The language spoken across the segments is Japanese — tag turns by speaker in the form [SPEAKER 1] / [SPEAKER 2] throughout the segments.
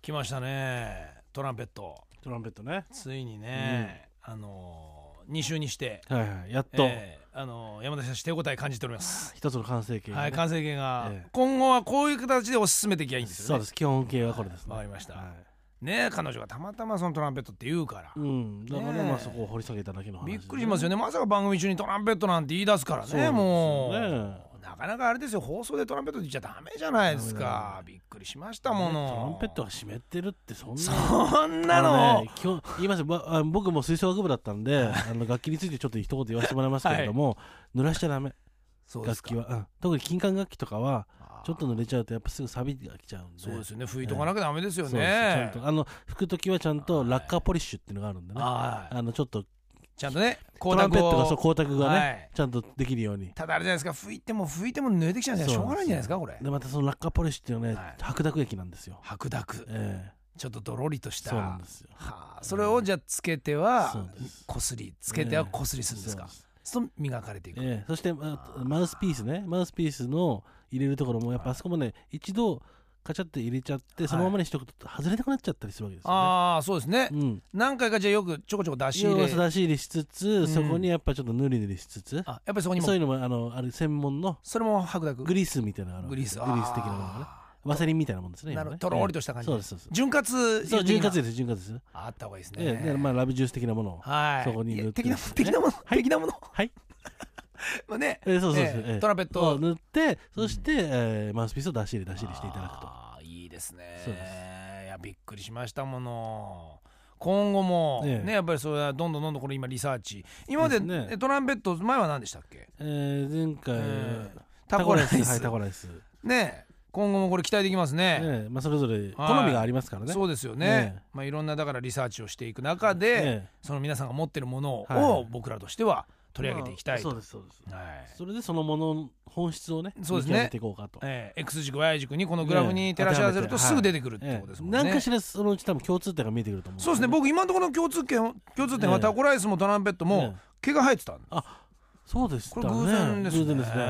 [SPEAKER 1] 来ましたねトランペット
[SPEAKER 2] トランペットね
[SPEAKER 1] ついにね、あのー、2週にして、
[SPEAKER 2] はいはいやっと、
[SPEAKER 1] えーあのー山田先生手応え感じております
[SPEAKER 2] 一つの完成形がね、
[SPEAKER 1] はい完成形が、
[SPEAKER 2] ええ
[SPEAKER 1] 今後はこういう形で推し進めていきゃいいんです
[SPEAKER 2] そ
[SPEAKER 1] よ
[SPEAKER 2] う
[SPEAKER 1] ね
[SPEAKER 2] です基本形はこれですね
[SPEAKER 1] わかりました
[SPEAKER 2] はい
[SPEAKER 1] ね彼女がたまたまそのトランペットって言うから、
[SPEAKER 2] うんだからね
[SPEAKER 1] ねえ
[SPEAKER 2] まあそこを掘り下げただけの話
[SPEAKER 1] びっくりします
[SPEAKER 2] よ
[SPEAKER 1] よねまさか番組中にトランペットなんて言い出すから
[SPEAKER 2] そう
[SPEAKER 1] ね
[SPEAKER 2] なんですよね
[SPEAKER 1] もうなかなかあれですよ放送でトランペットって言っちゃダメじゃないですかびっくりしました
[SPEAKER 2] ト
[SPEAKER 1] も
[SPEAKER 2] ラン
[SPEAKER 1] の
[SPEAKER 2] ペットが湿ってるってそんな
[SPEAKER 1] そんなの
[SPEAKER 2] あね、今日言いますよばあ僕も吹奏楽部だったんであの楽器についてちょっと一言言わせてもらいますけれども、濡らしちゃダメ
[SPEAKER 1] そうです
[SPEAKER 2] 楽
[SPEAKER 1] か
[SPEAKER 2] 器は、うん、特に金管楽器とかは
[SPEAKER 1] あー
[SPEAKER 2] ちょっと濡れちゃうとやっぱすぐ錆びが来ちゃうんで
[SPEAKER 1] そうですよね拭いとかなきゃダメですよ
[SPEAKER 2] そうですちゃ
[SPEAKER 1] ね
[SPEAKER 2] んとあの拭く時はちゃんとラッカーポリッシュっていうのがあるんでね、
[SPEAKER 1] はい
[SPEAKER 2] あのちょっと
[SPEAKER 1] ちゃんとね
[SPEAKER 2] ト
[SPEAKER 1] 光
[SPEAKER 2] ラ
[SPEAKER 1] 沢
[SPEAKER 2] ンペットがそう
[SPEAKER 1] を
[SPEAKER 2] 光沢がね、
[SPEAKER 1] はい
[SPEAKER 2] ちゃんとできるように
[SPEAKER 1] ただあれじゃないですか拭いても拭いても濡れてきちゃうんじゃないし
[SPEAKER 2] そ
[SPEAKER 1] ょ
[SPEAKER 2] う
[SPEAKER 1] うが
[SPEAKER 2] なん
[SPEAKER 1] ないんじゃないですかこれ
[SPEAKER 2] でまたそのラッカーポリッシュっていうのはね、
[SPEAKER 1] はい
[SPEAKER 2] 白濁液なんですよ、
[SPEAKER 1] 白濁
[SPEAKER 2] え
[SPEAKER 1] ちょっとどろりとし
[SPEAKER 2] えそうなん
[SPEAKER 1] た
[SPEAKER 2] ですよ
[SPEAKER 1] はあそれをじゃあつけては
[SPEAKER 2] そうです
[SPEAKER 1] こすりつけてはこすりするんですか
[SPEAKER 2] そう
[SPEAKER 1] そう磨かれていく
[SPEAKER 2] ええそしてま
[SPEAKER 1] あー
[SPEAKER 2] マウスピースねマウスピースの入れるところもやっぱ
[SPEAKER 1] はい
[SPEAKER 2] あそこもね一度カチャって入れちゃって
[SPEAKER 1] い
[SPEAKER 2] そのままにしとくと外れなくなっちゃったりするわけですよね。
[SPEAKER 1] ああそうですね
[SPEAKER 2] うん、
[SPEAKER 1] 何回かじゃあよくちょこちょこ出し入れ
[SPEAKER 2] 要は出し入れしつつ、
[SPEAKER 1] ん
[SPEAKER 2] そこにやっぱちょっとぬりぬりしつつ
[SPEAKER 1] あやっぱりそこに
[SPEAKER 2] そういう
[SPEAKER 1] も
[SPEAKER 2] のもあのあれ専門の
[SPEAKER 1] それも白濁
[SPEAKER 2] グリースみたいなのがある
[SPEAKER 1] グリース
[SPEAKER 2] グリース的なものがね
[SPEAKER 1] あ
[SPEAKER 2] ワセリンみたいなもんですね
[SPEAKER 1] なる
[SPEAKER 2] 今ね
[SPEAKER 1] とろーりとした感じ
[SPEAKER 2] ええそうですそうです
[SPEAKER 1] ー潤滑
[SPEAKER 2] そう潤
[SPEAKER 1] 油
[SPEAKER 2] 滑
[SPEAKER 1] 的な
[SPEAKER 2] です潤滑です、
[SPEAKER 1] あった方がいいです
[SPEAKER 2] ええで
[SPEAKER 1] ね
[SPEAKER 2] まあ、ラブジュース的なものを
[SPEAKER 1] はい
[SPEAKER 2] そこに
[SPEAKER 1] いや
[SPEAKER 2] 塗って
[SPEAKER 1] 的な
[SPEAKER 2] ですね
[SPEAKER 1] 的なもの的なもの
[SPEAKER 2] はい、
[SPEAKER 1] まあね
[SPEAKER 2] ええそうそうそう、
[SPEAKER 1] ええ
[SPEAKER 2] ええ
[SPEAKER 1] トランペット
[SPEAKER 2] を塗ってそして、ええマウスピースを出し入れ出し入れしていただくと
[SPEAKER 1] あーいいですね
[SPEAKER 2] そうで
[SPEAKER 1] いやびっくりしましたもの今後も、
[SPEAKER 2] ええ
[SPEAKER 1] ねやっぱりそれはどんどんどんどんこれ今リサーチ今まで
[SPEAKER 2] ですね
[SPEAKER 1] えトランペット前は何でしたっけ
[SPEAKER 2] えー、前回、
[SPEAKER 1] えータコライス
[SPEAKER 2] はい、タコライス、ね
[SPEAKER 1] ね今後もこれ期待できますね
[SPEAKER 2] まあ、それぞれ好みがありますからね、
[SPEAKER 1] そううですよね
[SPEAKER 2] ええ
[SPEAKER 1] まあ、いろんなだからリサーチをしていく中で、その皆さんが持ってるもの
[SPEAKER 2] はいは
[SPEAKER 1] を
[SPEAKER 2] い
[SPEAKER 1] 僕らとしては取り上げていきたいと、
[SPEAKER 2] そうですそうです
[SPEAKER 1] はい
[SPEAKER 2] それでそのものの本質をね
[SPEAKER 1] そう
[SPEAKER 2] 見
[SPEAKER 1] です
[SPEAKER 2] 極
[SPEAKER 1] ね
[SPEAKER 2] めていこうかと、
[SPEAKER 1] ええ X 軸 Y 軸にこのグラフに照らし合わせると
[SPEAKER 2] ええ
[SPEAKER 1] すぐ出てくるって
[SPEAKER 2] え
[SPEAKER 1] ことです
[SPEAKER 2] え
[SPEAKER 1] もんね。
[SPEAKER 2] 何かしらそのうち多分共通点が見えてくると思う
[SPEAKER 1] そうですね僕今のところの共通点を共通点
[SPEAKER 2] え
[SPEAKER 1] は
[SPEAKER 2] え
[SPEAKER 1] タコライスもトランペットも
[SPEAKER 2] え
[SPEAKER 1] 毛が生えてたんだ
[SPEAKER 2] そうです
[SPEAKER 1] これ偶然ですね
[SPEAKER 2] 偶然ですね、ええ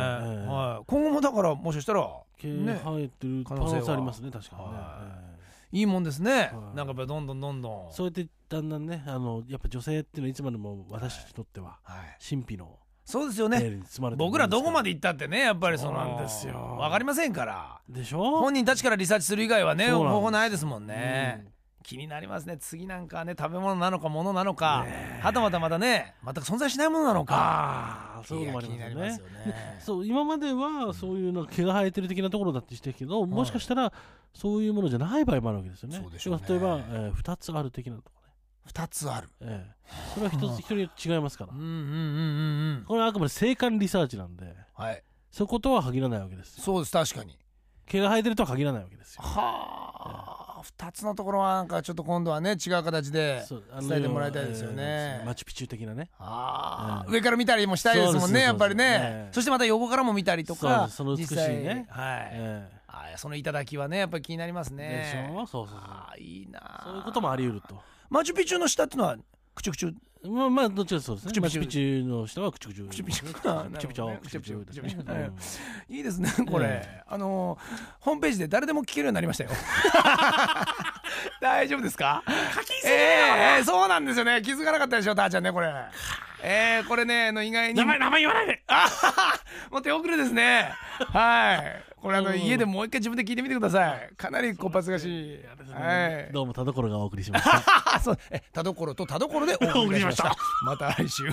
[SPEAKER 1] はい、今後もだからもしかしたら
[SPEAKER 2] 毛
[SPEAKER 1] ね
[SPEAKER 2] 生えてる可能
[SPEAKER 1] 可能性
[SPEAKER 2] 性
[SPEAKER 1] は
[SPEAKER 2] ありますね確かにね、
[SPEAKER 1] は
[SPEAKER 2] ええ
[SPEAKER 1] いいもんですね、
[SPEAKER 2] は
[SPEAKER 1] な
[SPEAKER 2] い
[SPEAKER 1] んかやっぱどんどんどんどん
[SPEAKER 2] そうやってだんだんねあのやっぱ女性っていうのはいつまでも私たちにとっては
[SPEAKER 1] はい、
[SPEAKER 2] 神秘の
[SPEAKER 1] そうですよ
[SPEAKER 2] ね
[SPEAKER 1] ね
[SPEAKER 2] に包まれてる
[SPEAKER 1] 僕らどこまで行ったってねやっぱりその
[SPEAKER 2] そうなんですよ
[SPEAKER 1] 分かりませんから
[SPEAKER 2] でしょ
[SPEAKER 1] 本人たちからリサーチする以外はね
[SPEAKER 2] そうなんです
[SPEAKER 1] 方法ないですもんね、気になりますね次なんかね食べ物なのか物なのか、はたまたまたね全く存在しないものなのか
[SPEAKER 2] ああそういうのもあり
[SPEAKER 1] いや気にな
[SPEAKER 2] ますよね
[SPEAKER 1] よ ね
[SPEAKER 2] そう今まではそういうなんか毛が生えてる的なところだってしてるけど、もしかしたらそういうものじゃない場合もあるわけですよね。
[SPEAKER 1] そうでしょうね
[SPEAKER 2] 例えば、えー、2つある的なとこ
[SPEAKER 1] 2つある
[SPEAKER 2] ろね。ええそれは一つ一人によって違いますから
[SPEAKER 1] うんう。んうんうんうん
[SPEAKER 2] これはあくまで性感リサーチなんで、
[SPEAKER 1] はい
[SPEAKER 2] そことは限らないわけですよ。
[SPEAKER 1] そうです確かに
[SPEAKER 2] 毛が生えてるとは限らないわけですよ。
[SPEAKER 1] はあ2つのところはなんかちょっと今度はね違う形で
[SPEAKER 2] そうあ
[SPEAKER 1] 伝えてもらいたいですよね
[SPEAKER 2] えーマチュピチュ的なね。
[SPEAKER 1] ああ
[SPEAKER 2] ええ
[SPEAKER 1] 上から見たりもしたいですも
[SPEAKER 2] そ
[SPEAKER 1] ん
[SPEAKER 2] うです
[SPEAKER 1] ねやっぱり
[SPEAKER 2] そうです
[SPEAKER 1] ね
[SPEAKER 2] ええ
[SPEAKER 1] そしてまた横からも見たりと
[SPEAKER 2] そう
[SPEAKER 1] か
[SPEAKER 2] ですその美しいね
[SPEAKER 1] 実際はい
[SPEAKER 2] え
[SPEAKER 1] ああその頂きはねやっぱり気になります
[SPEAKER 2] え
[SPEAKER 1] ね
[SPEAKER 2] でしょそうそうそう。
[SPEAKER 1] ああいいな
[SPEAKER 2] そういうこともあり得ると。
[SPEAKER 1] マチュピチュの下ってのはクチュクチュ
[SPEAKER 2] まあまあどっちかそうですね。
[SPEAKER 1] 口
[SPEAKER 2] マ
[SPEAKER 1] 々
[SPEAKER 2] チュピチュの人はクチュクチュ。
[SPEAKER 1] 口々
[SPEAKER 2] うん口々はクチュクチュですね。
[SPEAKER 1] 口々は
[SPEAKER 2] うん
[SPEAKER 1] いいですねこれ、あのホームページで誰でも聞けるようになりましたよ 大丈夫ですか課金ええええそうなんですよね気づかなかったでしょたーちゃんねこれええこれねあの意外に
[SPEAKER 2] 名前名前言わないで。
[SPEAKER 1] あはは もう手遅れですねはいこれあの、
[SPEAKER 2] うん
[SPEAKER 1] 家でもう一回自分で聞いてみてくださいかなりこっぱずかしいはい
[SPEAKER 2] どうも田所がお送りしました。
[SPEAKER 1] あそうえ田所と田所でお送りしましたまた来週